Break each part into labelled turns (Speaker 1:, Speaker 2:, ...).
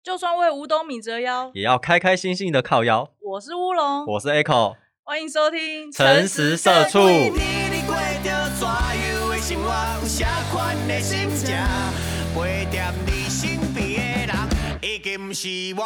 Speaker 1: 就算为五斗米折腰。
Speaker 2: 也要开开心心的靠腰。
Speaker 1: 我是乌龙，
Speaker 2: 我是 Echo，
Speaker 1: 欢迎收听《
Speaker 2: 诚实社畜
Speaker 3: 你你过着怎样的生活？有啥款的心情？陪在你身边的人，已经不是我。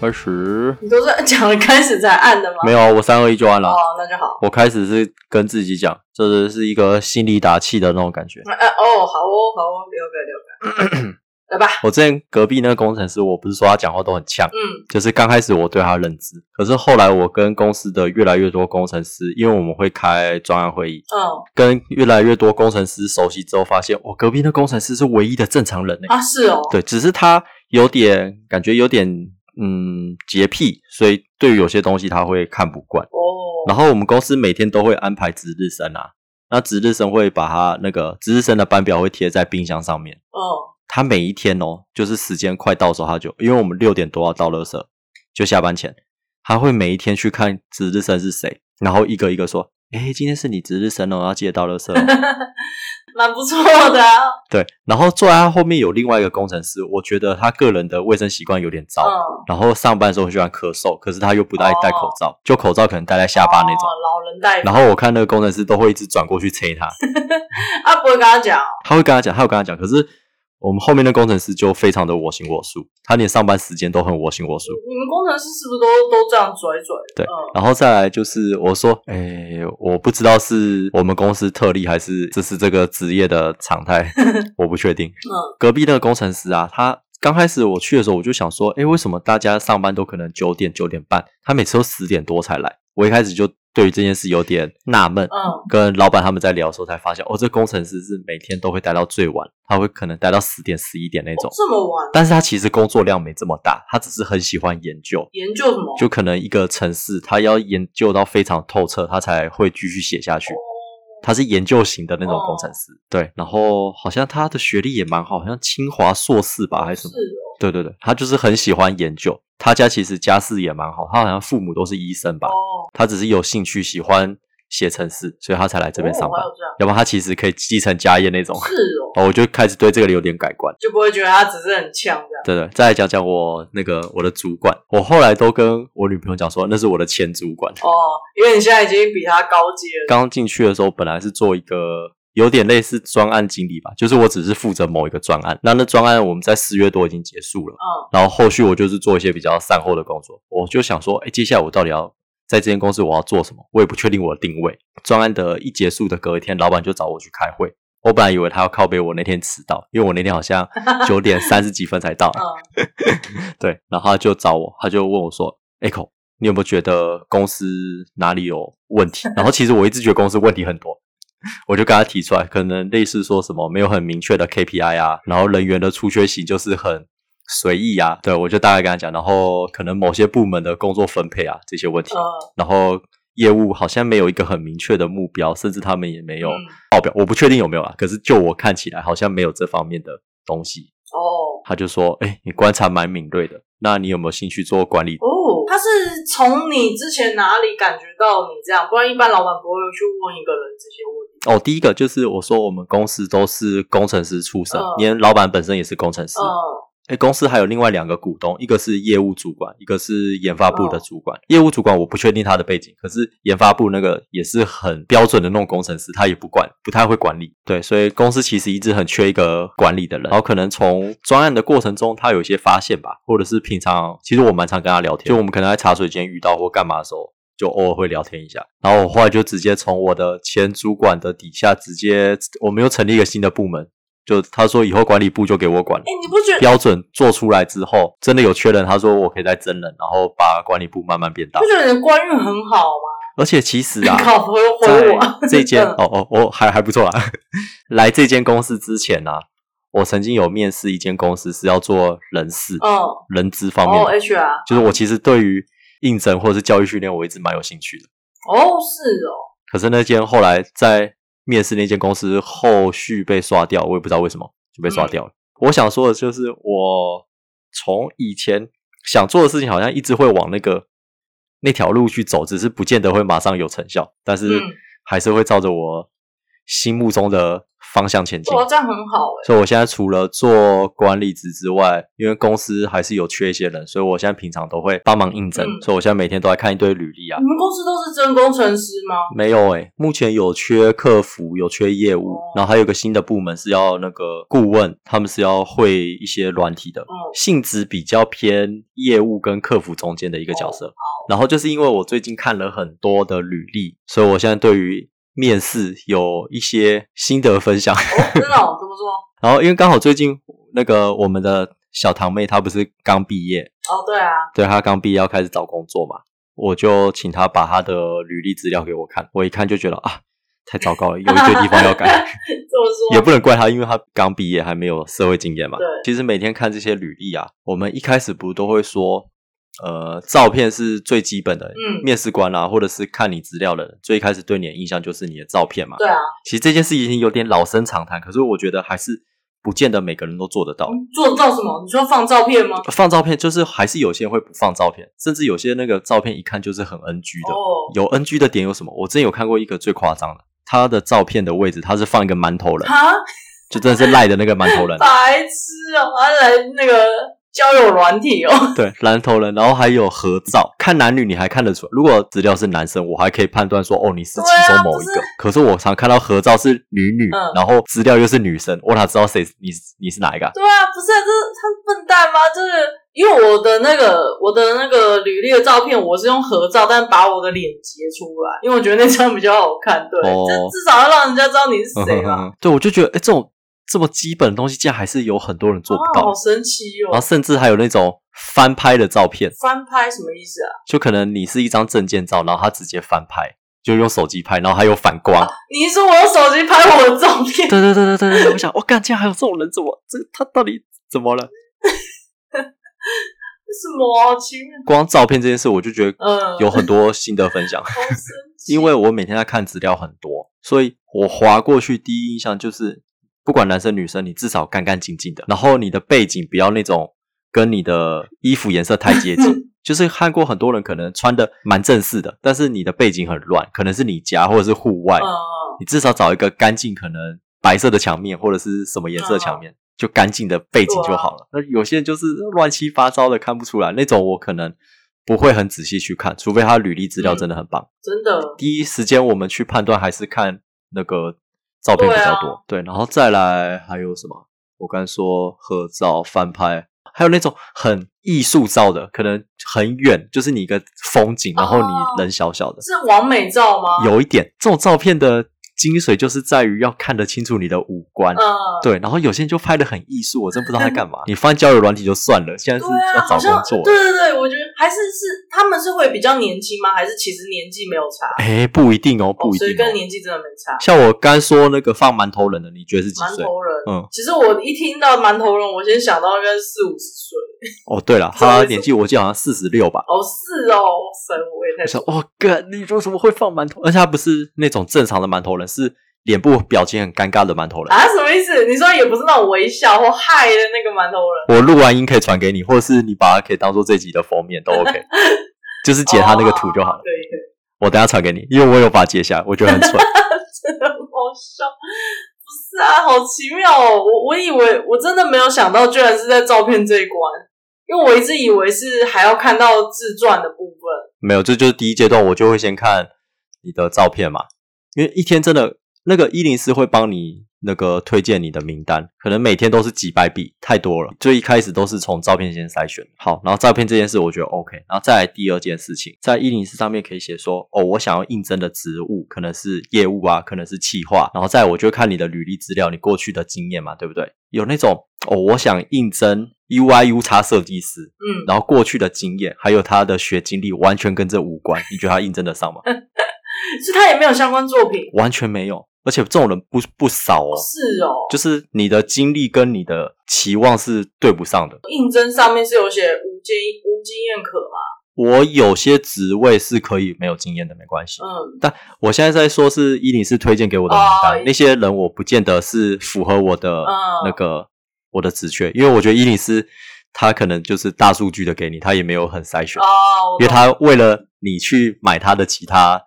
Speaker 4: 开始
Speaker 5: 你都是讲了开始才按的吗？
Speaker 4: 没有，我三二一就按了。
Speaker 5: 哦，那就好。
Speaker 4: 我开始是跟自己讲，这是一个心里打气的那种感觉。
Speaker 5: 呃哦，好哦，好哦，六个六个，来吧。
Speaker 4: 我之前隔壁那个工程师，我不是说他讲话都很呛，
Speaker 5: 嗯，
Speaker 4: 就是刚开始我对他的认知，可是后来我跟公司的越来越多工程师，因为我们会开专案会议，
Speaker 5: 哦，
Speaker 4: 跟越来越多工程师熟悉之后，发现我隔壁那工程师是唯一的正常人欸呢、
Speaker 5: 啊是哦，
Speaker 4: 对，只是他有点感觉有点嗯洁癖，所以对于有些东西他会看不惯。
Speaker 5: 哦，
Speaker 4: 然后我们公司每天都会安排值日生啊，那值日生会把他那个值日生的班表会贴在冰箱上面。
Speaker 5: 哦，
Speaker 4: 他每一天哦，就是时间快到的时候，他就因为我们六点多要到垃圾，就下班前，他会每一天去看值日生是谁，然后一个一个说：“诶，今天是你值日生哦，要记得到垃圾、哦。
Speaker 5: 蛮不错的啊。”
Speaker 4: 对，然后坐在他后面有另外一个工程师，我觉得他个人的卫生习惯有点糟。
Speaker 5: 嗯，
Speaker 4: 然后上班的时候很喜欢咳嗽，可是他又不爱戴口罩，就口罩可能戴在下巴那种。
Speaker 5: 哦老人带
Speaker 4: 然后我看那个工程师都会一直转过去催他，
Speaker 5: 啊，不会跟他讲哦，
Speaker 4: 他会跟他讲，他有跟他讲，可是我们后面的工程师就非常的我行我素，他连上班时间都很我行我素。
Speaker 5: 你们工程师是不是都都这样拽拽？
Speaker 4: 对
Speaker 5: 嗯，
Speaker 4: 然后再来就是我说，哎，我不知道是我们公司特例还是这是这个职业的常 态，我不确定。
Speaker 5: 嗯
Speaker 4: 隔壁那个工程师啊，他刚开始我去的时候，我就想说，哎，为什么大家上班都可能九点九点半，他每次都十点多才来？我一开始就对于这件事有点纳闷，
Speaker 5: 嗯
Speaker 4: 跟老板他们在聊的时候才发现，哦，这工程师是每天都会待到最晚，他会可能待到十点、十一点那种
Speaker 5: 嗯，。这么晚
Speaker 4: 但是他其实工作量没这么大，他只是很喜欢研究，
Speaker 5: 研究什么？
Speaker 4: 就可能一个城市他要研究到非常透彻，他才会继续写
Speaker 5: 哦
Speaker 4: 下去。他是研究型的那种工程师，对。然后好像他的学历也蛮好，好像清华硕士吧，还是什
Speaker 5: 是
Speaker 4: 么？
Speaker 5: 哦
Speaker 4: 对对对，他就是很喜欢研究。他家其实家世也蛮好，他好像父母都是医生吧，
Speaker 5: 哦，
Speaker 4: 他只是有兴趣喜欢写程式，所以他才来这边上
Speaker 5: 哦
Speaker 4: 班
Speaker 5: 还。有这样
Speaker 4: 要不然他其实可以继承家业那种。
Speaker 5: 是哦，
Speaker 4: 哦，我就开始对这个有点改观。
Speaker 5: 就不会觉得他只是很呛这样。
Speaker 4: 对对，再来讲讲我那个我的主管，我后来都跟我女朋友讲说，那是我的前主管。
Speaker 5: 哦，因为你现在已经比他高阶了。
Speaker 4: 刚进去的时候，本来是做一个有点类似专案经理吧，就是我只是负责某一个专案。那那专案我们在四月多已经结束了，
Speaker 5: 嗯，
Speaker 4: 然后后续我就是做一些比较善后的工作。我就想说，哎，接下来我到底要在这间公司我要做什么？我也不确定我的定位。专案的一结束的隔一天，老板就找我去开会。我本来以为他要靠背我那天迟到，因为我那天好像九点三十几分才到。 对，然后他就找我，他就问我说：“Echo，你哎有没有觉得公司哪里有问题？”然后其实我一直觉得公司问题很多，我就跟他提出来，可能类似说什么没有很明确的 KPI 啊，然后人员的出缺席就是很随意啊。对，我就大概跟他讲，然后可能某些部门的工作分配啊这些问题，
Speaker 5: 嗯，
Speaker 4: 然后。业务好像没有一个很明确的目标，甚至他们也没有
Speaker 5: 嗯
Speaker 4: 报表，我不确定有没有啊。可是就我看起来，好像没有这方面的东西。
Speaker 5: 哦
Speaker 4: 他就说：“哎、你观察蛮敏锐的，那你有没有兴趣做管理？
Speaker 5: 哦，他是从你之前哪里感觉到你这样？不然一般老板不会去问一个人这些问题。
Speaker 4: 哦，第一个就是我说我们公司都是工程师出身，
Speaker 5: 嗯
Speaker 4: 连老板本身也是工程师。
Speaker 5: 嗯，
Speaker 4: 哎、公司还有另外两个股东，一个是业务主管，一个是研发部的主管。业务主管我不确定他的背景，可是研发部那个也是很标准的那种工程师，他也不管，不太会管理。对，所以公司其实一直很缺一个管理的人。然后可能从专案的过程中，他有一些发现吧，或者是平常其实我蛮常跟他聊天，就我们可能在茶水间遇到或干嘛的时候。就偶尔会聊天一下，然后我后来就直接从我的前主管的底下直接，我们又成立一个新的部门，就他说以后管理部就给我管了
Speaker 5: 哎、，你不觉得
Speaker 4: 标准做出来之后，真的有缺人，他说我可以再增人，然后把管理部慢慢变大
Speaker 5: 不。觉得你的官运很好吗？
Speaker 4: 而且其实啊，
Speaker 5: 靠，不会回我 啊
Speaker 4: 在这间
Speaker 5: 嗯
Speaker 4: 哦哦哦还还不错啦。 来这间公司之前呢、啊，我曾经有面试一间公司是要做人事、
Speaker 5: 嗯，
Speaker 4: 人资方面
Speaker 5: 哦
Speaker 4: 的，
Speaker 5: ，HR，
Speaker 4: 就是我其实对于应征或者是教育训练，我一直蛮有兴趣的。
Speaker 5: 哦，是哦，
Speaker 4: 可是那间后来在面试那间公司后续被刷掉，我也不知道为什么就被刷
Speaker 5: 嗯
Speaker 4: 掉了。我想说的就是，我从以前想做的事情，好像一直会往那个那条路去走，只是不见得会马上有成效，但是
Speaker 5: 嗯
Speaker 4: 还是会照着我心目中的方向前进。
Speaker 5: 哇，这样很好哎、
Speaker 4: 所以我现在除了做管理职之外，因为公司还是有缺一些人，所以我现在平常都会帮忙应征。
Speaker 5: 嗯
Speaker 4: 所以我现在每天都在看一堆履历啊
Speaker 5: 你。们公司都是真工程师 吗？
Speaker 4: 没有诶、目前有缺客服，有缺业务，
Speaker 5: 哦
Speaker 4: 然后还有一个新的部门是要那个顾问，他们是要会一些软体的，
Speaker 5: 哦
Speaker 4: 性质比较偏业务跟客服中间的一个角色。然后就是因为我最近看了很多的履历，所以我现在对于面试有一些心得分享。
Speaker 5: 真的、哦、怎么说？
Speaker 4: 然后因为刚好最近那个我们的小堂妹她不是刚毕业，
Speaker 5: 哦，对啊，
Speaker 4: 对她刚毕业要开始找工作嘛，我就请她把她的履历资料给我看，我一看就觉得啊，太糟糕了，有一堆地方 要改，
Speaker 5: 这么说
Speaker 4: 也不能怪她，因为她刚毕业还没有社会经验嘛
Speaker 5: 对。
Speaker 4: 其实每天看这些履历啊，我们一开始不都会说。呃，照片是最基本的，
Speaker 5: 嗯
Speaker 4: 面试官啦、啊或者是看你资料的人，最一开始对你的印象就是你的照片嘛。
Speaker 5: 对啊，
Speaker 4: 其实这件事已经有点老生常谈，可是我觉得还是不见得每个人都做得到。
Speaker 5: 做得到什么？你说放照片吗？
Speaker 4: 放照片就是还是有些人会不放照片，甚至有些那个照片一看就是很 NG 的。
Speaker 5: 哦，
Speaker 4: 有 NG 的点有什么？我之前有看过一个最夸张的，他的照片的位置他是放一个馒头人，
Speaker 5: 哈，，
Speaker 4: 就真的是赖的那个馒头人
Speaker 5: 白痴哦、还来那个交友软体 哦、
Speaker 4: 对，馒头人，然后还有合照，看男女你还看得出来，如果资料是男生，我还可以判断说哦你是其中某一个，
Speaker 5: 对啊
Speaker 4: 可是我常看到合照是女女，
Speaker 5: 嗯
Speaker 4: 然后资料又是女生，我哪知道谁你你是哪一个啊？
Speaker 5: 对啊，不是、啊、这是他是笨蛋吗？就是因为我的那个我的那个履历的照片，我是用合照，但把我的脸截出来，因为我觉得那张比较好看，对，
Speaker 4: 哦
Speaker 5: 这至少要让人家知道你是谁啊
Speaker 4: 嗯哼
Speaker 5: 嘛。
Speaker 4: 哼对，我就觉得哎、诶这种这么基本的东西，竟然还是有很多人做不
Speaker 5: 啊，
Speaker 4: 到。
Speaker 5: 好神奇哦、
Speaker 4: 然后甚至还有那种翻拍的照片，
Speaker 5: 翻拍什么意思啊？
Speaker 4: 就可能你是一张证件照，然后他直接翻拍，就用手机拍，然后还有反光。
Speaker 5: 你是说我用手机拍我的照片？
Speaker 4: 对对对对对对，我想，我、干，竟然还有这种人，怎么这他到底怎么了？
Speaker 5: 什么、啊？奇妙，
Speaker 4: 光照片这件事，我就觉得
Speaker 5: 嗯，
Speaker 4: 有很多心得分享。
Speaker 5: 好神奇，啊
Speaker 4: 因为我每天在看资料很多，所以我划过去第一印象就是，不管男生女生，你至少干干净净的，然后你的背景不要那种跟你的衣服颜色太接近。就是看过很多人可能穿的蛮正式的，但是你的背景很乱，可能是你家或者是户外，
Speaker 5: 嗯，
Speaker 4: 你至少找一个干净，可能白色的墙面或者是什么颜色的墙面，就干净的背景就好了。那有些人就是乱七八糟的看不出来，那种我可能不会很仔细去看，除非他履历资料真的很棒。
Speaker 5: 真的，
Speaker 4: 第一时间我们去判断还是看那个照片比
Speaker 5: 啊
Speaker 4: 较多，对然后再来还有什么？我刚才说合照、翻拍，还有那种很艺术照的，可能很远，就是你一个风景，然后
Speaker 5: 哦
Speaker 4: 你人小小的，
Speaker 5: 是完美照吗？
Speaker 4: 有一点这种照片的精髓就是在于要看得清楚你的五官。
Speaker 5: 嗯，
Speaker 4: 对，然后有些人就拍的很艺术，我真不知道他在干嘛。你翻交友软体就算了，现在是
Speaker 5: 对啊，
Speaker 4: 要
Speaker 5: 好
Speaker 4: 找
Speaker 5: 像
Speaker 4: 工作了。
Speaker 5: 对对对，我觉得还是是他们是会比较年轻吗？还是其实年纪没有差？
Speaker 4: 哎、不一定哦，
Speaker 5: 哦
Speaker 4: 不一
Speaker 5: 所
Speaker 4: 定
Speaker 5: 以
Speaker 4: 哦、
Speaker 5: 跟年纪真的没差。
Speaker 4: 像我刚说那个放馒头人的，你觉得是几
Speaker 5: 馒
Speaker 4: 岁？
Speaker 5: 头人，
Speaker 4: 嗯
Speaker 5: 其实我一听到馒头人，我先想到应该是四五十岁。
Speaker 4: 哦，对了，
Speaker 5: 知道为
Speaker 4: 他
Speaker 5: 什么
Speaker 4: 年纪我记得好像四十六吧。
Speaker 5: 哦，是哦，哇塞，我也太
Speaker 4: 我想，哇、哦，哥，你说什么会放馒头？而且他不是那种正常的馒头人，是脸部表情很尴尬的馒头人。
Speaker 5: 啊，什么意思？你说也不是那种微笑或嗨的那个馒头人，
Speaker 4: 我录完音可以传给你，或者是你把它可以当做这集的封面都 OK，就是截他那个图就好了。
Speaker 5: 哦对对，
Speaker 4: 我等一下传给你，因为我有把它截下来，我觉得很蠢。
Speaker 5: 真的很好笑。不是啊，好奇妙哦！我我以为我真的没有想到，居然是在照片这一关，因为我一直以为是还要看到自传的部分。
Speaker 4: 没有，这就是第一阶段，我就会先看你的照片嘛，因为一天真的那个一零四会帮你那个推荐你的名单，可能每天都是几百笔，太多了，最一开始都是从照片先筛选。好，然后照片这件事我觉得 OK，然后再来第二件事情，在一零四上面可以写说，哦，我想要应征的职务可能是业务啊，可能是企划，然后再来我就看你的履历资料，你过去的经验嘛，对不对？有那种哦，我想应征 UI U x 设计师，
Speaker 5: 嗯，
Speaker 4: 然后过去的经验，还有他的学经历，完全跟这无关。你觉得他应征得上吗？
Speaker 5: 所以他也没有相关作品。
Speaker 4: 完全没有，而且这种人不不少哦。
Speaker 5: 是哦，
Speaker 4: 就是你的经历跟你的期望是对不上的。
Speaker 5: 应征上面是有写无经无经验可嘛？
Speaker 4: 我有些职位是可以没有经验的，没关系。
Speaker 5: 嗯，
Speaker 4: 我现在在说是一零四推荐给我的名单，
Speaker 5: 哦
Speaker 4: 那些人我不见得是符合我的
Speaker 5: 嗯
Speaker 4: 那个、我的职缺，因为我觉得一零四他可能就是大数据的给你，他也没有很筛选。
Speaker 5: 哦，我懂哦
Speaker 4: 因为他为了你去买他的其他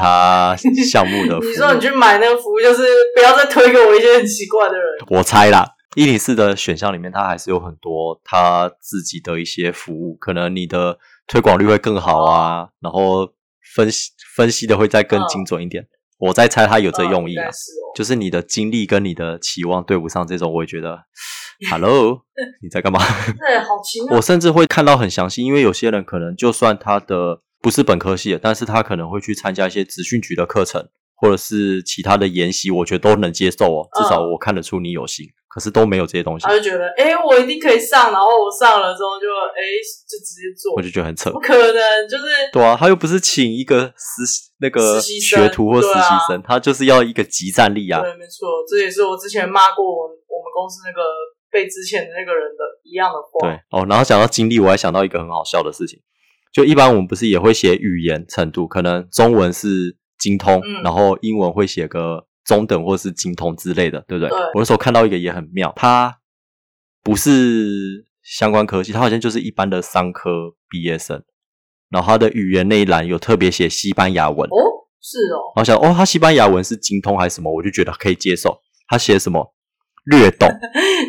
Speaker 4: 他项目的服务。
Speaker 5: 你说你去买那个服务，就是不要再推给我一些很奇怪的人。
Speaker 4: 我猜啦，一零四的选项里面，它还是有很多它自己的一些服务，可能你的推广率会更好
Speaker 5: 哦
Speaker 4: 啊，然后分析分析的会再更精准一点。我在猜它有这用意
Speaker 5: 嗯应
Speaker 4: 啊
Speaker 5: 该，是哦
Speaker 4: 就是你的精力跟你的期望对不上这种，我也觉 得，Hello，你在干嘛？
Speaker 5: 对，哎好 奇妙
Speaker 4: 我。甚至会看到很详细，因为有些人可能就算他的不是本科系的，但是他可能会去参加一些职训局的课程，或者是其他的研习，我觉得都能接受哦。
Speaker 5: 嗯
Speaker 4: 至少我看得出你有心，可是都没有这些东西
Speaker 5: 他，就觉得，哎、我一定可以上，然后我上了之后就，哎、就直接做
Speaker 4: 我，就觉得很扯
Speaker 5: 不。可能，就是
Speaker 4: 对啊，他又不是请一个实那个
Speaker 5: 实习生
Speaker 4: 学徒或实
Speaker 5: 对啊
Speaker 4: 习生，他就是要一个集战力啊。
Speaker 5: 对，没错，这也是我之前骂过我们我们公司那个被之前的那个人的一样的话。
Speaker 4: 对哦，然后讲到经历，我还想到一个很好笑的事情，就一般我们不是也会写语言程度，可能中文是精通，
Speaker 5: 嗯
Speaker 4: 然后英文会写个中等或是精通之类的，对不对？
Speaker 5: 对
Speaker 4: 我那时候看到一个也很妙，他不是相关科系，他好像就是一般的商科毕业生，然后他的语言那一栏有特别写西班牙文，
Speaker 5: 哦，是哦，
Speaker 4: 然后想哦，他西班牙文是精通还是什么，我就觉得可以接受。他写什么略懂，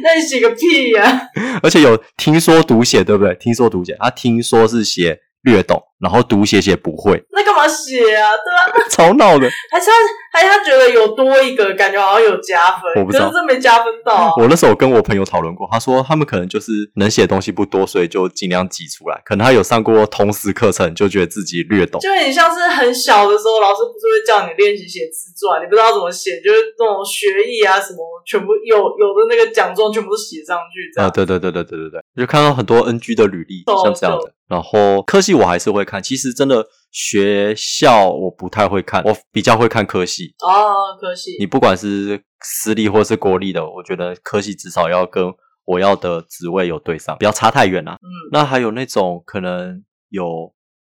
Speaker 5: 那你写个屁呀、
Speaker 4: 而且有听说读写，对不对？听说读写，他听说是写略懂，然后读写写不会，
Speaker 5: 那干嘛写啊？对啊，
Speaker 4: 超闹的。
Speaker 5: 还是他还是他觉得有多一个，感觉好像有加分，
Speaker 4: 我不知道嗯
Speaker 5: 可是这没加分到、啊。
Speaker 4: 我那时候跟我朋友讨论过，他说他们可能就是能写的东西不多，所以就尽量挤出来。可能他有上过通识课程，就觉得自己略懂。
Speaker 5: 就很像是很小的时候，老师不是会叫你练习写自传，你不知道怎么写，就是那种学艺啊什么，全部有有的那个奖状全部都写上去，这
Speaker 4: 啊、
Speaker 5: 样、
Speaker 4: 对对对对对对对，就看到很多 NG 的履历，
Speaker 5: 懂
Speaker 4: 像这样的。然后科系我还是会看，其实真的学校我不太会看，我比较会看科系。
Speaker 5: 哦，可惜
Speaker 4: 你不管是私立或是国立的，我觉得科系至少要跟我要的职位有对上，不要差太远啦、
Speaker 5: 嗯
Speaker 4: 那还有那种可能有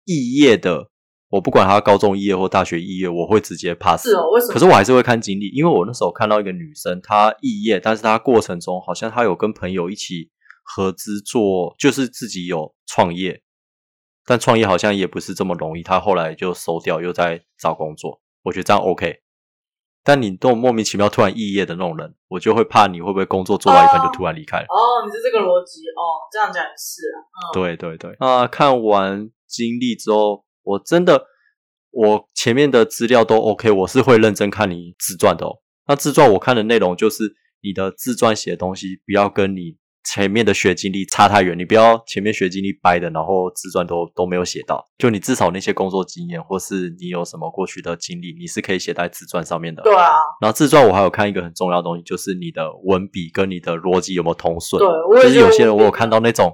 Speaker 4: 肄业的，我不管他高中肄业或大学肄业，我会直接 pass
Speaker 5: 是。哦，为什么？
Speaker 4: 可是我还是会看经历，因为我那时候看到一个女生，她肄业，但是她过程中好像她有跟朋友一起合资做，就是自己有创业，但创业好像也不是这么容易，她后来就收掉，又在找工作。我觉得这样 OK。但你这种莫名其妙突然肄业的那种人，我就会怕你会不会工作做到一半就突然离开了。
Speaker 5: 哦，你是这个逻辑哦，这样讲也是啊。
Speaker 4: 对对对，那、看完经历之后，我真的，我前面的资料都 OK，我是会认真看你自传的哦。那自传我看的内容就是你的自传写的东西，不要跟你前面的学经历差太远，你不要前面学经历掰的，然后自传都都没有写到。就你至少那些工作经验，或是你有什么过去的经历，你是可以写在自传上面的。
Speaker 5: 对啊，
Speaker 4: 然后自传我还有看一个很重要的东西，就是你的文笔跟你的逻辑有没有通顺。
Speaker 5: 对，我也
Speaker 4: 就是
Speaker 5: 觉得
Speaker 4: 有些人我有看到那种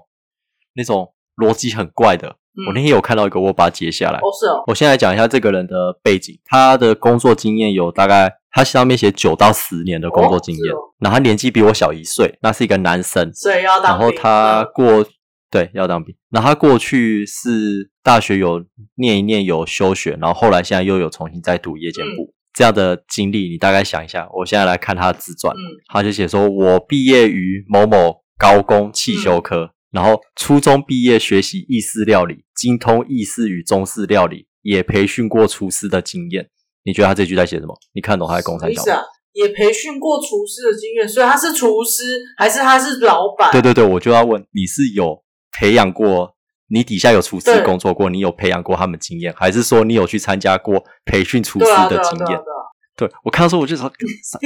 Speaker 4: 那种逻辑很怪的，
Speaker 5: 嗯
Speaker 4: 我那天有看到一个，我把它截下来。
Speaker 5: 哦是哦，
Speaker 4: 我先来讲一下这个人的背景，他的工作经验有大概，他上面写九到十年的工作经验，
Speaker 5: 哦是哦
Speaker 4: 然后他年纪比我小一岁，那是一个男生，
Speaker 5: 所以要
Speaker 4: 然
Speaker 5: 当兵。
Speaker 4: 后他
Speaker 5: 嗯
Speaker 4: 过对要当兵，然后他过去是大学有念一念有休学，然后后来现在又有重新再读夜
Speaker 5: 嗯
Speaker 4: 间部。这样的经历，你大概想一下。我现在来看他的自传，
Speaker 5: 嗯
Speaker 4: 他就写说：“我毕业于某某高工汽
Speaker 5: 嗯
Speaker 4: 修科，然后初中毕业学习意式料理，精通意式与中式料理，也培训过厨师的经验。”你觉得他这句在写什么？你看懂他在公
Speaker 5: 什
Speaker 4: 山
Speaker 5: 么意
Speaker 4: 小
Speaker 5: 思啊？也培训过厨师的经验，所以他是厨师还是他是老板？
Speaker 4: 对对对，我就要问你是有培养过，你底下有厨师
Speaker 5: 对
Speaker 4: 工作过，你有培养过他们经验，还是说你有去参加过培训厨师
Speaker 5: 对啊，对
Speaker 4: 的
Speaker 5: 啊，
Speaker 4: 经
Speaker 5: 对啊，对
Speaker 4: 验？
Speaker 5: 啊。
Speaker 4: 对我看到时候我就 说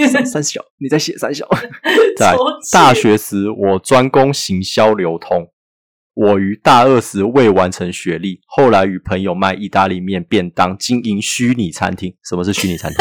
Speaker 4: 三三三小，你在写三小。 在
Speaker 5: 超级
Speaker 4: 大学时，我专攻行销流通。我于大二时未完成学历，后来与朋友卖意大利面便当，经营虚拟餐厅。什么是虚拟餐 厅？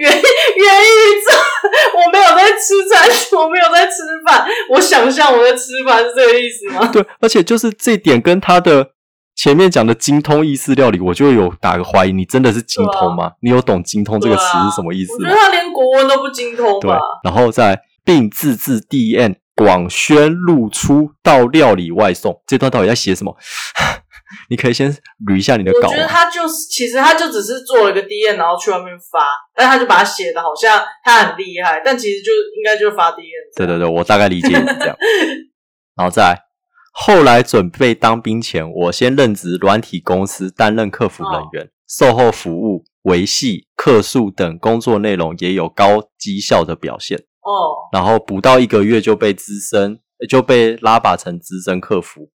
Speaker 5: 元元宇宙， 我没有在吃餐，我没有在吃饭，我想象我在吃饭是这个意思吗？
Speaker 4: 对，而且就是这点跟他的前面讲的精通意式料理，我就有打个怀疑，你真的是精通
Speaker 5: 啊
Speaker 4: 吗？你有懂“精 通”这个词是什么意思
Speaker 5: 我觉
Speaker 4: 吗
Speaker 5: 得？他连国文都不精通
Speaker 4: 对
Speaker 5: 吧？，
Speaker 4: 然后再并自制 DM 广宣露出到料理外送，这段到底在写什么？ 你可以先捋一下你的
Speaker 5: 我
Speaker 4: 稿
Speaker 5: 觉得
Speaker 4: 吗？
Speaker 5: 他就是，其实他就只是做了个 D N，然后去外面发，但他就把它写的好像他很厉害，但其实就应该就是发 D N。
Speaker 4: 对对对，我大概理解也是这样。然后再来，后来准备当兵前，我先任职软体公司，担任客服
Speaker 5: 哦
Speaker 4: 人员，售后服务、维系、客诉等工作内容也有高绩效的表现。
Speaker 5: 哦，
Speaker 4: 然后不到一个月就被资深就被拉拔成资深客服，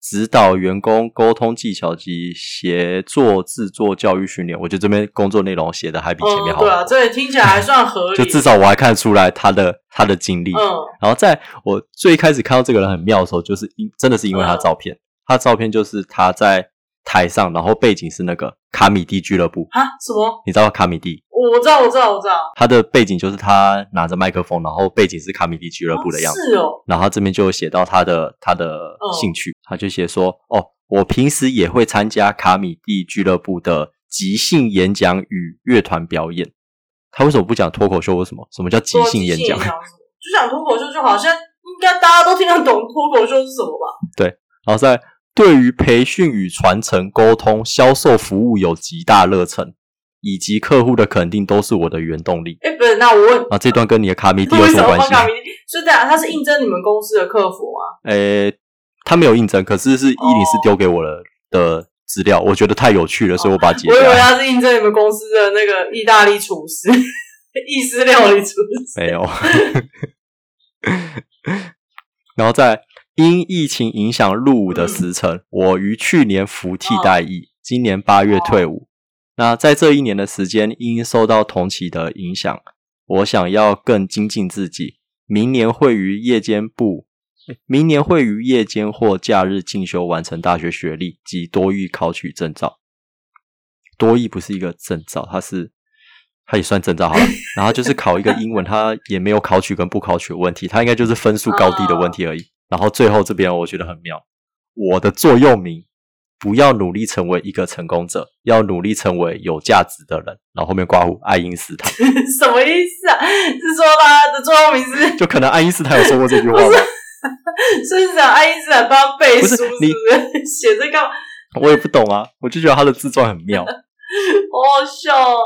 Speaker 4: 指导员工沟通技巧及协作制作教育训练。我觉得这边工作内容写的还比前
Speaker 5: 嗯，
Speaker 4: 面好，
Speaker 5: 对啊，这也听起来还算合理，
Speaker 4: 就至少我还看得出来他的他的经历。
Speaker 5: 嗯
Speaker 4: 然后在我最开始看到这个人很妙的时候，就是因真的是因为
Speaker 5: 嗯
Speaker 4: 他的照片，他的照片就是他在台上，然后背景是那个卡米蒂俱乐部，
Speaker 5: 啊什么？
Speaker 4: 你知道卡米蒂？
Speaker 5: 我我知道，我知道，我知道，
Speaker 4: 他的背景就是他拿着麦克风，然后背景是卡米蒂俱乐部的样子。
Speaker 5: 哦是嗯哦，
Speaker 4: 然后他这边就有写到他的他的兴趣，他就写说：“哦，我平时也会参加卡米蒂俱乐部的即兴演讲与乐团表演。”他为什么不讲脱口秀？为什么？什么叫即
Speaker 5: 说哦
Speaker 4: 兴演讲？
Speaker 5: 什么就讲脱口秀就好，现在应该大家都听得懂脱口秀是什么吧？
Speaker 4: 然后在对于培训与传承、沟通、销售服务有极大热忱，以及客户的肯定都是我的原动力。
Speaker 5: 哎，不是，那我问，
Speaker 4: 啊，这段跟你的卡米蒂有
Speaker 5: 为
Speaker 4: 什
Speaker 5: 什
Speaker 4: 么
Speaker 5: 么放
Speaker 4: 关系？
Speaker 5: 卡米蒂？所以等啊下他是应征你们公司的客服啊吗？
Speaker 4: 诶、他没有应征，可是是一零四丢给我了的资料，我觉得太有趣了，所以我把它截
Speaker 5: 我以
Speaker 4: 下
Speaker 5: 为
Speaker 4: 来。
Speaker 5: 他是应征你们公司的那个意大利厨师， 意式料理厨师。
Speaker 4: 没有。 然后在因疫情影响入伍的时辰，我于去年服替代役，今年八月退伍。那在这一年的时间，因受到同期的影响，我想要更精进自己。明年会于夜间部，诶明年会于夜间或假日进修完成大学学历及多益考取证照。多益不是一个证照，它是它也算证照好了。然后就是考一个英文，它也没有考取跟不考取的问题，它应该就是分数高低的问题而已。然后最后这边我觉得很妙，我的座右铭：不要努力成为一个成功者，要努力成为有价值的人。然后后面刮胡爱因斯坦，
Speaker 5: 什么意思啊？是说他的座右铭是，
Speaker 4: 就可能爱因斯坦有说过这句话吧，
Speaker 5: 所以是讲啊爱因斯坦帮他背书，
Speaker 4: 不是
Speaker 5: 是不
Speaker 4: 你
Speaker 5: 是？写这干嘛？
Speaker 4: 我也不懂啊，我就觉得他的自传很妙。
Speaker 5: 好好笑哦。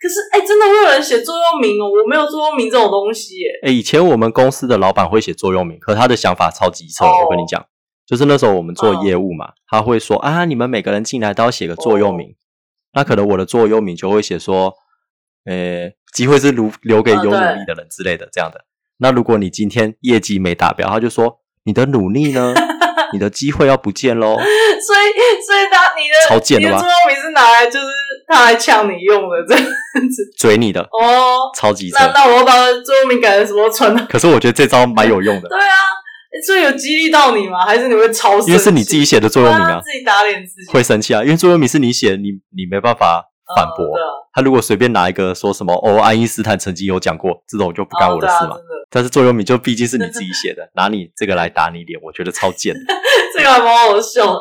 Speaker 5: 可是，哎、真的会有人写座右铭哦？我没有座右铭这种东西耶。
Speaker 4: 哎、以前我们公司的老板会写座右铭，可他的想法超级扯。
Speaker 5: 哦嗯
Speaker 4: 我跟你讲，就是那时候我们做业务嘛，他会说啊，你们每个人进来都要写个座
Speaker 5: 哦
Speaker 4: 右铭。那可能我的座右铭就会写说，呃，机会是留留给有
Speaker 5: 哦
Speaker 4: 努
Speaker 5: 对
Speaker 4: 力的人之类的这样的。那如果你今天业绩没达标，他就说你的努力呢，你的机会要不见喽。
Speaker 5: 所以，所以他你的
Speaker 4: 超贱
Speaker 5: 你
Speaker 4: 的
Speaker 5: 的
Speaker 4: 吧
Speaker 5: 座右铭是拿来就是他来呛你用的这样子
Speaker 4: 追你的，
Speaker 5: 哦。
Speaker 4: 超级扯。
Speaker 5: 那那我要把座右铭改成什么 传达？
Speaker 4: 可是我觉得这招蛮有用的，
Speaker 5: 对啊，所以有激励到你吗？还是你会超生气？
Speaker 4: 因为是你自己写的座右铭
Speaker 5: 对
Speaker 4: 啊
Speaker 5: 啊，，自己打脸自己。
Speaker 4: 会生气啊，因为座右铭是你写的，你你没办法反驳。
Speaker 5: 嗯对啊
Speaker 4: 他如果随便拿一个说什么哦，爱因斯坦曾经有讲过，这种就不干我的事嘛。
Speaker 5: 哦对啊真的
Speaker 4: 但是座右铭就毕竟是你自己 写的，拿你这个来打你脸，我觉得超贱的。
Speaker 5: 这个还蛮好笑的。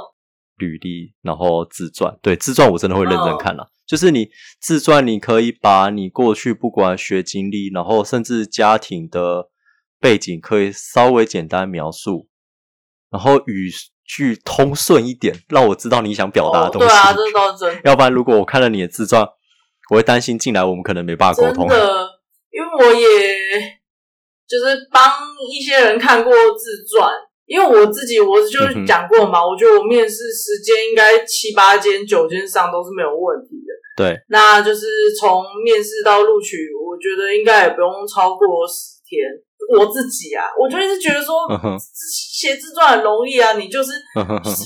Speaker 4: 履历，然后自传，对自传我真的会认真看了、
Speaker 5: 哦
Speaker 4: 就是你自传，你可以把你过去不管学经历，然后甚至家庭的背景，可以稍微简单描述，然后语句通顺一点，让我知道你想表达的
Speaker 5: 哦
Speaker 4: 东西。
Speaker 5: 对啊，这倒是真的
Speaker 4: 要不然如果我看了你的自传，我会担心进来我们可能没办法沟通
Speaker 5: 真。的，因为我也就是帮一些人看过自传，因为我自己我就
Speaker 4: 嗯哼
Speaker 5: 讲过嘛，我觉得我面试时间应该七八间、九间上都是没有问题的。
Speaker 4: 对，
Speaker 5: 那就是从面试到录取，我觉得应该也不用超过十天。我自己啊，我就是觉得说
Speaker 4: 嗯哼
Speaker 5: 写自传很容易啊，你就是
Speaker 4: 嗯哼哼
Speaker 5: 是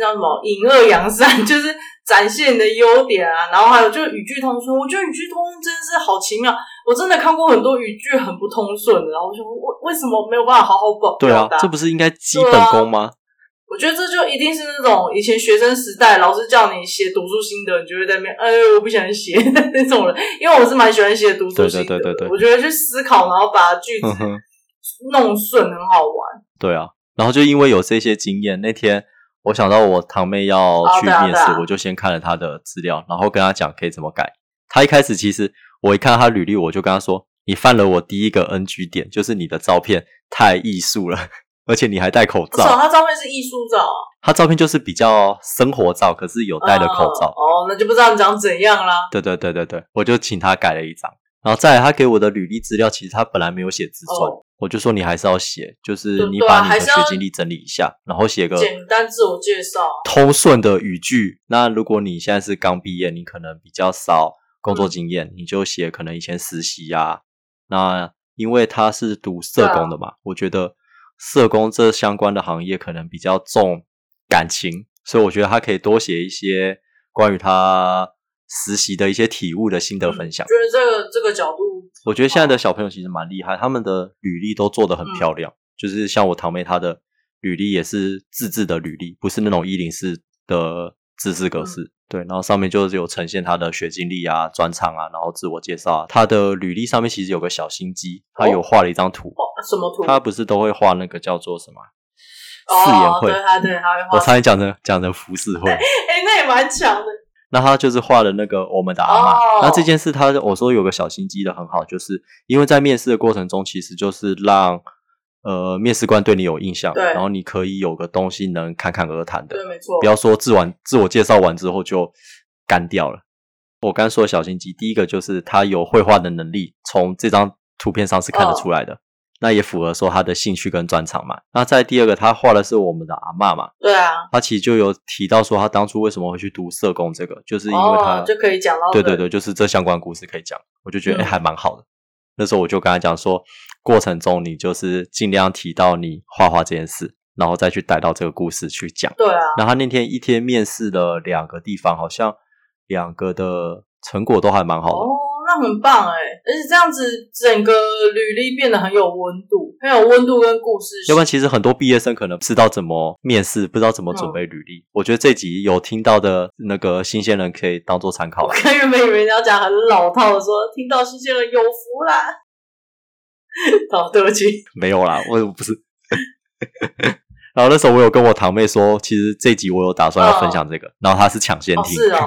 Speaker 5: 那什么引恶扬善， 就是展现你的优点啊。然后还有就是语句通顺，我觉得语句通顺真的是好奇妙。我真的看过很多语句很不通顺的，然后我想说为为什么没有办法好好表
Speaker 4: 对啊
Speaker 5: 表达？，
Speaker 4: 这不是应该基本功吗？
Speaker 5: 我觉得这就一定是那种以前学生时代老师叫你写读书心得，你就会在那边，哎，我不想写 那种人。因为我是蛮喜欢写读书心得的，
Speaker 4: 对对对对对
Speaker 5: 我觉得去思考，然后把句子
Speaker 4: 嗯哼，
Speaker 5: 弄顺，很好玩。
Speaker 4: 对啊。然后就因为有这些经验，那天我想到我堂妹要去
Speaker 5: 对啊
Speaker 4: 面
Speaker 5: 对啊
Speaker 4: 试，我就先看了她的资料，然后跟她讲可以怎么改。她一开始其实我一看她履历，我就跟她说：“你犯了我第一个 NG 点，就是你的照片太艺术了， 而且你还戴口
Speaker 5: 至少
Speaker 4: 罩。
Speaker 5: 他照片是艺术照啊，
Speaker 4: 她照片就是比较生活照，可是有戴了口罩。
Speaker 5: 哦，那就不知道你长怎样啦。
Speaker 4: 对对对对对，我就请他改了一张，然后再来他给我的履历资料，其实他本来没有写自传，
Speaker 5: 哦
Speaker 4: 我就说你还是要写，就是
Speaker 5: 对
Speaker 4: 你
Speaker 5: 对啊
Speaker 4: 把你
Speaker 5: 还
Speaker 4: 的
Speaker 5: 是
Speaker 4: 学
Speaker 5: 要
Speaker 4: 经历整理一下，然后写个
Speaker 5: 简单自我介绍，
Speaker 4: 通顺的语句。那如果你现在是刚毕业，你可能比较少工作经验，你就写可能以前实习啊。那因为他是读社工的嘛，我觉得社工这相关的行业可能比较重感情，所以我觉得他可以多写一些关于他实习的一些体悟的心得分享
Speaker 5: 嗯觉。得这个这个角度
Speaker 4: 我觉得现在的
Speaker 5: 哦
Speaker 4: 小朋友其实蛮厉害，他们的履历都做得很
Speaker 5: 嗯
Speaker 4: 漂亮。就是像我堂妹，她的履历也是自制的履历，不是那种一零四的知识
Speaker 5: 嗯
Speaker 4: 格式。对，然后上面就是有呈现她的学经历啊、专长啊，然后自我介绍啊。她的履历上面其实有个小心机，她有画了一张图，
Speaker 5: 哦什么图？
Speaker 4: 她不是都会画那个叫做什么
Speaker 5: 哦
Speaker 4: 誓言会？
Speaker 5: 对，他对他会画，
Speaker 4: 我差点讲成讲成浮世绘。
Speaker 5: 哎，那也蛮强的，
Speaker 4: 那他就是画了那个我们的阿妈。
Speaker 5: 哦
Speaker 4: 那这件事他，我说有个小心机的很好，就是因为在面试的过程中，其实就是让呃面试官对你有印象，
Speaker 5: 对
Speaker 4: 然后你可以有个东西能侃侃而谈的
Speaker 5: 对，，没错，
Speaker 4: 不要说自完自我介绍完之后就干掉了。我刚说的小心机，第一个就是他有绘画的能力，从这张图片上是看得
Speaker 5: 哦
Speaker 4: 出来的。那也符合说他的兴趣跟专长嘛。那在第二个，他画的是我们的阿嬷嘛，
Speaker 5: 对啊，
Speaker 4: 他其实就有提到说，他当初为什么会去读社工这个，就是因为他、
Speaker 5: 哦就可以讲到
Speaker 4: 对
Speaker 5: 这
Speaker 4: 对对，就是这相关故事可以讲，我就觉
Speaker 5: 嗯
Speaker 4: 得、哎还蛮好的。那时候我就跟他讲说，过程中你就是尽量提到你画画这件事，然后再去带到这个故事去讲。
Speaker 5: 对啊，
Speaker 4: 那他那天一天面试了两个地方，好像两个的成果都还蛮好的。
Speaker 5: 哦，那很棒哎，而且这样子整个履历变得很有温度，很有温度跟故事性，
Speaker 4: 要不然，其实很多毕业生可能不知道怎么面试，不知道怎么
Speaker 5: 嗯
Speaker 4: 准备履历。我觉得这集有听到的那个新鲜人可以当做参考 啊
Speaker 5: 我
Speaker 4: 啦。
Speaker 5: 刚原本以为你要讲很老套的说，听到新鲜人有福啦。 好，对不起，
Speaker 4: 没有啦，我不是。 然后那时候我有跟我堂妹说，其实这集我有打算要分享这个，然后她是抢先
Speaker 5: 哦
Speaker 4: 听，
Speaker 5: 是哦，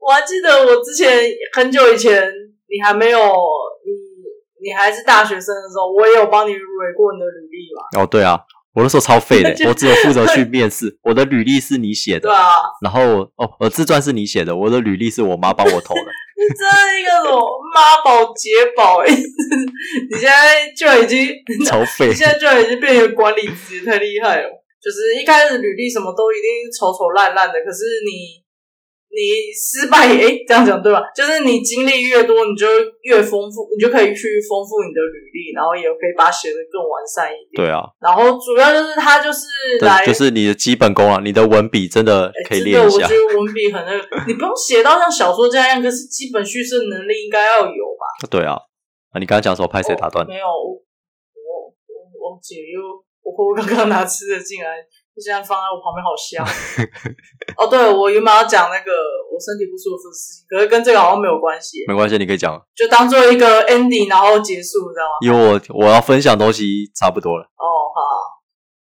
Speaker 5: 我还记得我之前很久以前，你还没有你你还是大学生的时候，我也有帮你蕊过你的履历嘛，
Speaker 4: 哦对啊，我那时候超废 的
Speaker 5: 就，
Speaker 4: 我只有负责去面试，我的履历是你 写
Speaker 5: 对
Speaker 4: 的，
Speaker 5: 啊，
Speaker 4: 然后我哦，我自传是你写的，我的履历是我妈帮我 投的，
Speaker 5: 你真的一个什么妈宝姐宝哎、你现在就已经，
Speaker 4: 超废
Speaker 5: 你。现在 就已经变成管理职，太厉害了。就是一开始履历什么都一定丑丑烂烂的，可是你你失败，哎、这样讲对吧？就是你经历越多，你就越丰富，你就可以去丰富你的履历，然后也可以把它写得更完善一点。
Speaker 4: 对啊，
Speaker 5: 然后主要就是他就是来
Speaker 4: 但就是你的基本功啊，你的文笔真的
Speaker 5: 哎
Speaker 4: 可以
Speaker 5: 真
Speaker 4: 练
Speaker 5: 的
Speaker 4: 一下
Speaker 5: 我觉。得文笔很那个，你不用写到像小说家一样，可是基本叙事能力应该要有吧？
Speaker 4: 对啊，啊你刚刚讲什么拍谁打断
Speaker 5: 哦？没有，我我我忘记了，因为我婆婆刚刚拿吃的进来，就现在放在我旁边，好香。 哦，对，我原本要讲那个我身体不舒服的事情，可是跟这个好像没有关系，
Speaker 4: 没关系，你可以讲，
Speaker 5: 就当做一个 ending，然后结束，你知道吗？
Speaker 4: 因为我我要分享的东西差不多了。
Speaker 5: 哦，好，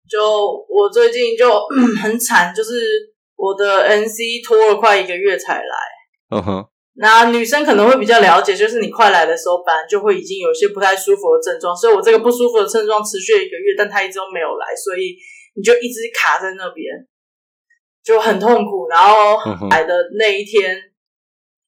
Speaker 5: 就我最近就 很惨，就是我的 NC 拖了快一个月才来。
Speaker 4: 嗯哼，
Speaker 5: 那女生可能会比较了解，就是你快来的时候，本来就会已经有一些不太舒服的症状，所以我这个不舒服的症状持续了一个月，但她一直都没有来，所以你就一直卡在那边，就很痛苦。然后
Speaker 4: 嗯哼
Speaker 5: 来的那一天，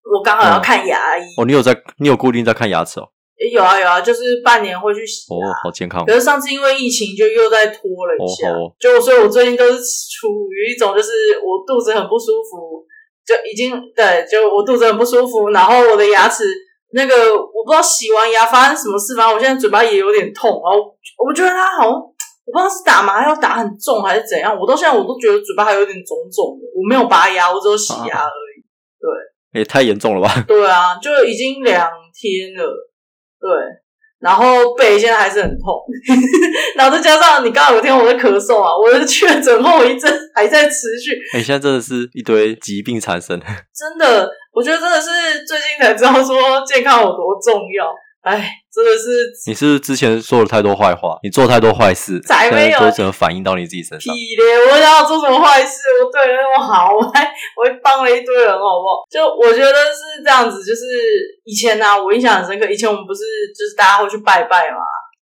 Speaker 5: 我刚好要看牙医，
Speaker 4: 哦，你有在，你有固定在看牙齿哦？
Speaker 5: 诶有啊有啊，就是半年会去洗
Speaker 4: 哦
Speaker 5: 牙。，
Speaker 4: 好健康
Speaker 5: 啊可。是上次因为疫情，就又再拖了一下，
Speaker 4: 哦好哦
Speaker 5: 就所以，我最近都是处于一种就是我肚子很不舒服，就已经对，就我肚子很不舒服，然后我的牙齿那个我不知道洗完牙发生什么事，反正我现在嘴巴也有点痛，然后我我觉得它好像我不知道是打麻药打很重还是怎样，我到现在我都觉得嘴巴还有点肿肿的，我没有拔牙，我只有洗牙而已。
Speaker 4: 也太严重了吧？
Speaker 5: 对啊，就已经两天了，对。然后背现在还是很痛， 然后再加上你刚好有天我在咳嗽啊，我的确诊后遗症还在持续，
Speaker 4: 哎、现在真的是一堆疾病 缠身。
Speaker 5: 真的，我觉得真的是最近才知道说健康有多重要，哎，真的是
Speaker 4: 你是不是之前说了太多坏话，你做太多坏事，
Speaker 5: 才没有
Speaker 4: 现在都只能反映到你自己身上。
Speaker 5: 屁咧！我想要做什么坏事，我对人那么好，我还我还帮了一堆人，好不好？就我觉得是这样子，就是以前呢、啊，我印象很深刻，以前我们不是就是大家会去拜拜嘛。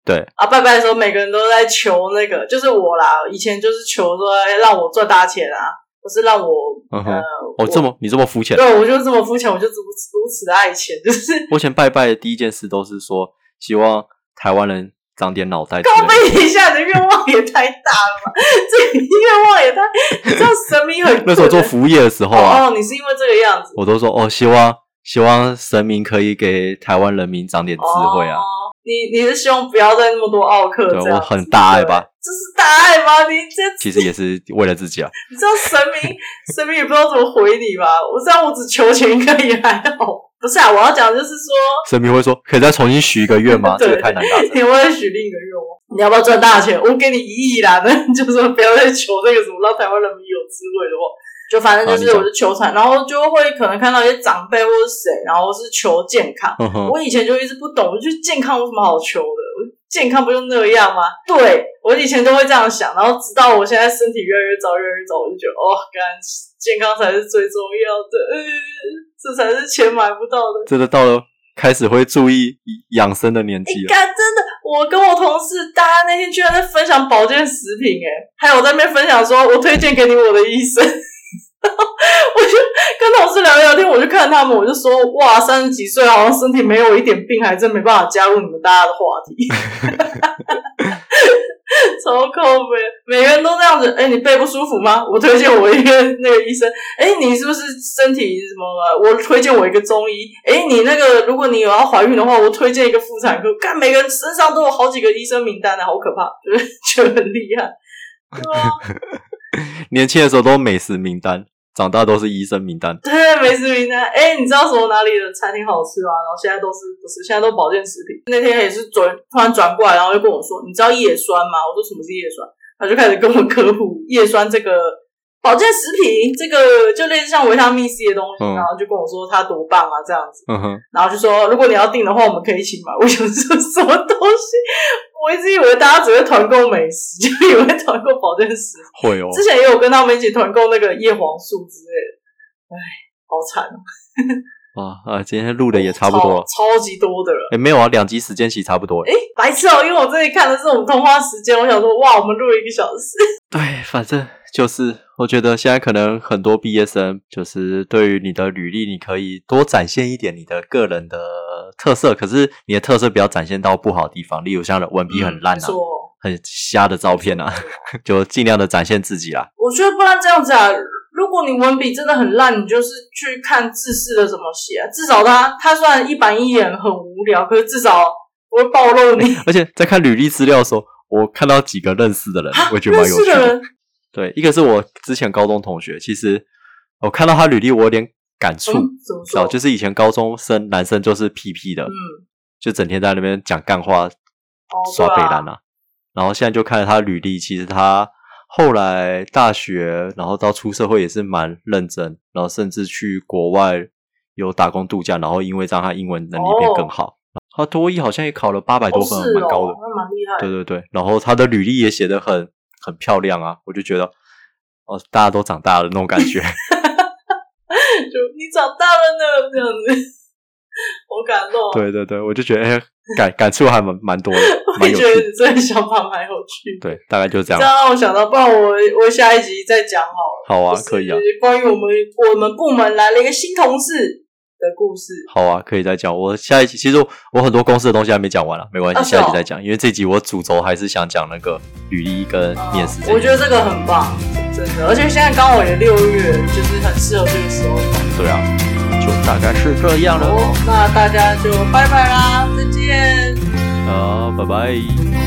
Speaker 4: 对
Speaker 5: 啊，拜拜的时候，每个人都在求那个，就是我啦。以前就是求说，哎让我赚大钱啊，不是让我、
Speaker 4: 嗯哼
Speaker 5: 呃，
Speaker 4: 哦，这么你这么肤浅。
Speaker 5: 对，我就这么肤浅，我就如此如此的爱钱，就是
Speaker 4: 我以前拜拜的第一件事都是说，希望台湾人长点脑袋之
Speaker 5: 高
Speaker 4: 类的。
Speaker 5: 飞一下，你的愿望也太大了吧？这个愿望也太，你知道神明很
Speaker 4: 那时候做服务业的时候啊，
Speaker 5: 哦，你是因为这个样子
Speaker 4: 我都说哦，希望希望神明可以给台湾人民长点智慧啊。
Speaker 5: 哦你你是希望不要再那么多奥克这样
Speaker 4: 对啊
Speaker 5: 子，
Speaker 4: 我很大爱吧？
Speaker 5: 这是大爱吗？你这
Speaker 4: 其实也是为了自己啊。
Speaker 5: 你知道神明神明也不知道怎么回你吧？我知道我只求钱应该也还好，不是啊？我要讲的就是说，
Speaker 4: 神明会说，可以再重新许一个愿吗？这
Speaker 5: 对
Speaker 4: 个太难达成。
Speaker 5: 你为了许另一个愿望，你要不要赚大钱？我给你一亿啦，那你就说不要再求这个什么让台湾人民有智慧的话。就反正就是
Speaker 4: 好
Speaker 5: 我
Speaker 4: 啊你讲
Speaker 5: 是求财，然后就会可能看到一些长辈或者谁，然后是求健康。
Speaker 4: 嗯哼，
Speaker 5: 我以前就一直不懂，我就觉得健康有什么好求的？我健康不就那样吗？对我以前都会这样想，然后直到我现在身体越来越糟，越来越糟，我就觉得哦，干健康才是最重要的，呃，这才是钱买不到的。
Speaker 4: 真的到了开始会注意养生的年
Speaker 5: 哎
Speaker 4: 纪，了。
Speaker 5: 干真的，我跟我同事，大家那天居然在分享保健食品、哎，还有在那边分享说我推荐给你我的医生。 然后我就跟同事聊聊天，我就看他们，我就说哇，三十几岁好像身体没有一点病，还真没办法加入你们大家的话题， 超扣分。每个人都这样子，哎、你背不舒服吗？我推荐我一个那个医生，哎、你是不是身体什么？我推荐我一个中医。哎、你那个，如果你有要怀孕的话，我推荐一个妇产科。看每个人身上都有好几个医生名单啊的，好可怕， 就是觉得很厉害。对啊，
Speaker 4: 年轻的时候都美食名单，长大都是医生名单。
Speaker 5: 对，美食名单。哎、你知道什么哪里的餐厅好吃吗？然后现在都是不是，现在都保健食品。那天也是转突然转过来，然后就跟我说，你知道叶酸吗？我说什么是叶酸？他就开始跟我科普叶酸这个保健食品，这个就类似像维他命 C 的东西，
Speaker 4: 嗯
Speaker 5: 然后就跟我说它多棒啊，这样子。
Speaker 4: 嗯哼，
Speaker 5: 然后就说如果你要订的话，我们可以一起买。我想说什么东西？我一直以为大家只会团购美食，就以为团购保健食。
Speaker 4: 会哦。
Speaker 5: 之前也有跟他们一起团购那个叶黄素之类的，唉，好惨哦，
Speaker 4: 啊啊，今天录的也差不多了。
Speaker 5: 超超级多的了。
Speaker 4: 哎，没有啊，两集时间其实差不多。
Speaker 5: 哎，白痴哦，因为我这里看的是我们通话时间，我想说哇，我们录了一个小时，
Speaker 4: 对，反正就是，我觉得现在可能很多毕业生，就是对于你的履历，你可以多展现一点你的个人的特色，可是你的特色不要展现到不好的地方，例如像文笔很烂啊，
Speaker 5: 说。
Speaker 4: 很瞎的照片啊， 就尽量的展现自己啦。
Speaker 5: 我觉得不然这样子啊，如果你文笔真的很烂，你就是去看字式的怎么写啊、至少他他虽然一板一眼很无聊，可是至少不会暴露你。
Speaker 4: 而且在看履历资料的时候，我看到几个认识的人，我觉得
Speaker 5: 啊认
Speaker 4: 蛮有
Speaker 5: 识
Speaker 4: 趣
Speaker 5: 的人
Speaker 4: 对，一个是我之前高中同学，其实我看到他履历，我有点感触，
Speaker 5: 嗯怎么
Speaker 4: 知道
Speaker 5: 说？
Speaker 4: 就是以前高中生男生就是屁屁的，
Speaker 5: 嗯，
Speaker 4: 就整天在那边讲干话、
Speaker 5: 哦
Speaker 4: 耍北
Speaker 5: 对啊
Speaker 4: 兰啊。然后现在就看了他履历，其实他后来大学，然后到出社会也是蛮认真，然后甚至去国外有打工度假，然后因为让他英文能力变更好。他多一好像也考了八百多
Speaker 5: 哦
Speaker 4: 分，
Speaker 5: 是
Speaker 4: 蛮高的
Speaker 5: 哦，。那蛮厉害的。
Speaker 4: 对对对，然后他的履历也写得很很漂亮啊，我就觉得哦，大家都长大了那种感 觉。
Speaker 5: 就你长大了呢，这样子，好感动、啊。，
Speaker 4: 对对对，我就觉得哎、感感触还蛮蛮多的，
Speaker 5: 我
Speaker 4: 蛮
Speaker 5: 也
Speaker 4: 有
Speaker 5: 觉得
Speaker 4: 趣。
Speaker 5: 你这个想法蛮有趣的。
Speaker 4: 对，啊大概就是这
Speaker 5: 这
Speaker 4: 样。
Speaker 5: 样让我想到，不然我我下一集再讲好了。
Speaker 4: 好啊
Speaker 5: 就，是
Speaker 4: 可以啊，
Speaker 5: 关于我们我们部门来了一个新同事的故事。
Speaker 4: 好啊，可以再讲。我下一集其实我我很多公司的东西还没讲完了、没关系，
Speaker 5: 啊是
Speaker 4: 下
Speaker 5: 哦
Speaker 4: 一集再讲。因为这集我主轴还是想讲那个履历跟面试这
Speaker 5: 我
Speaker 4: 一集
Speaker 5: 觉得这个很棒，真的。而且现在刚好也六月，就是很适合这个时候。
Speaker 4: 对啊，就大概是这
Speaker 5: 哦
Speaker 4: 样了。
Speaker 5: 好，那大家就拜拜啦，再见。
Speaker 4: 好，拜拜。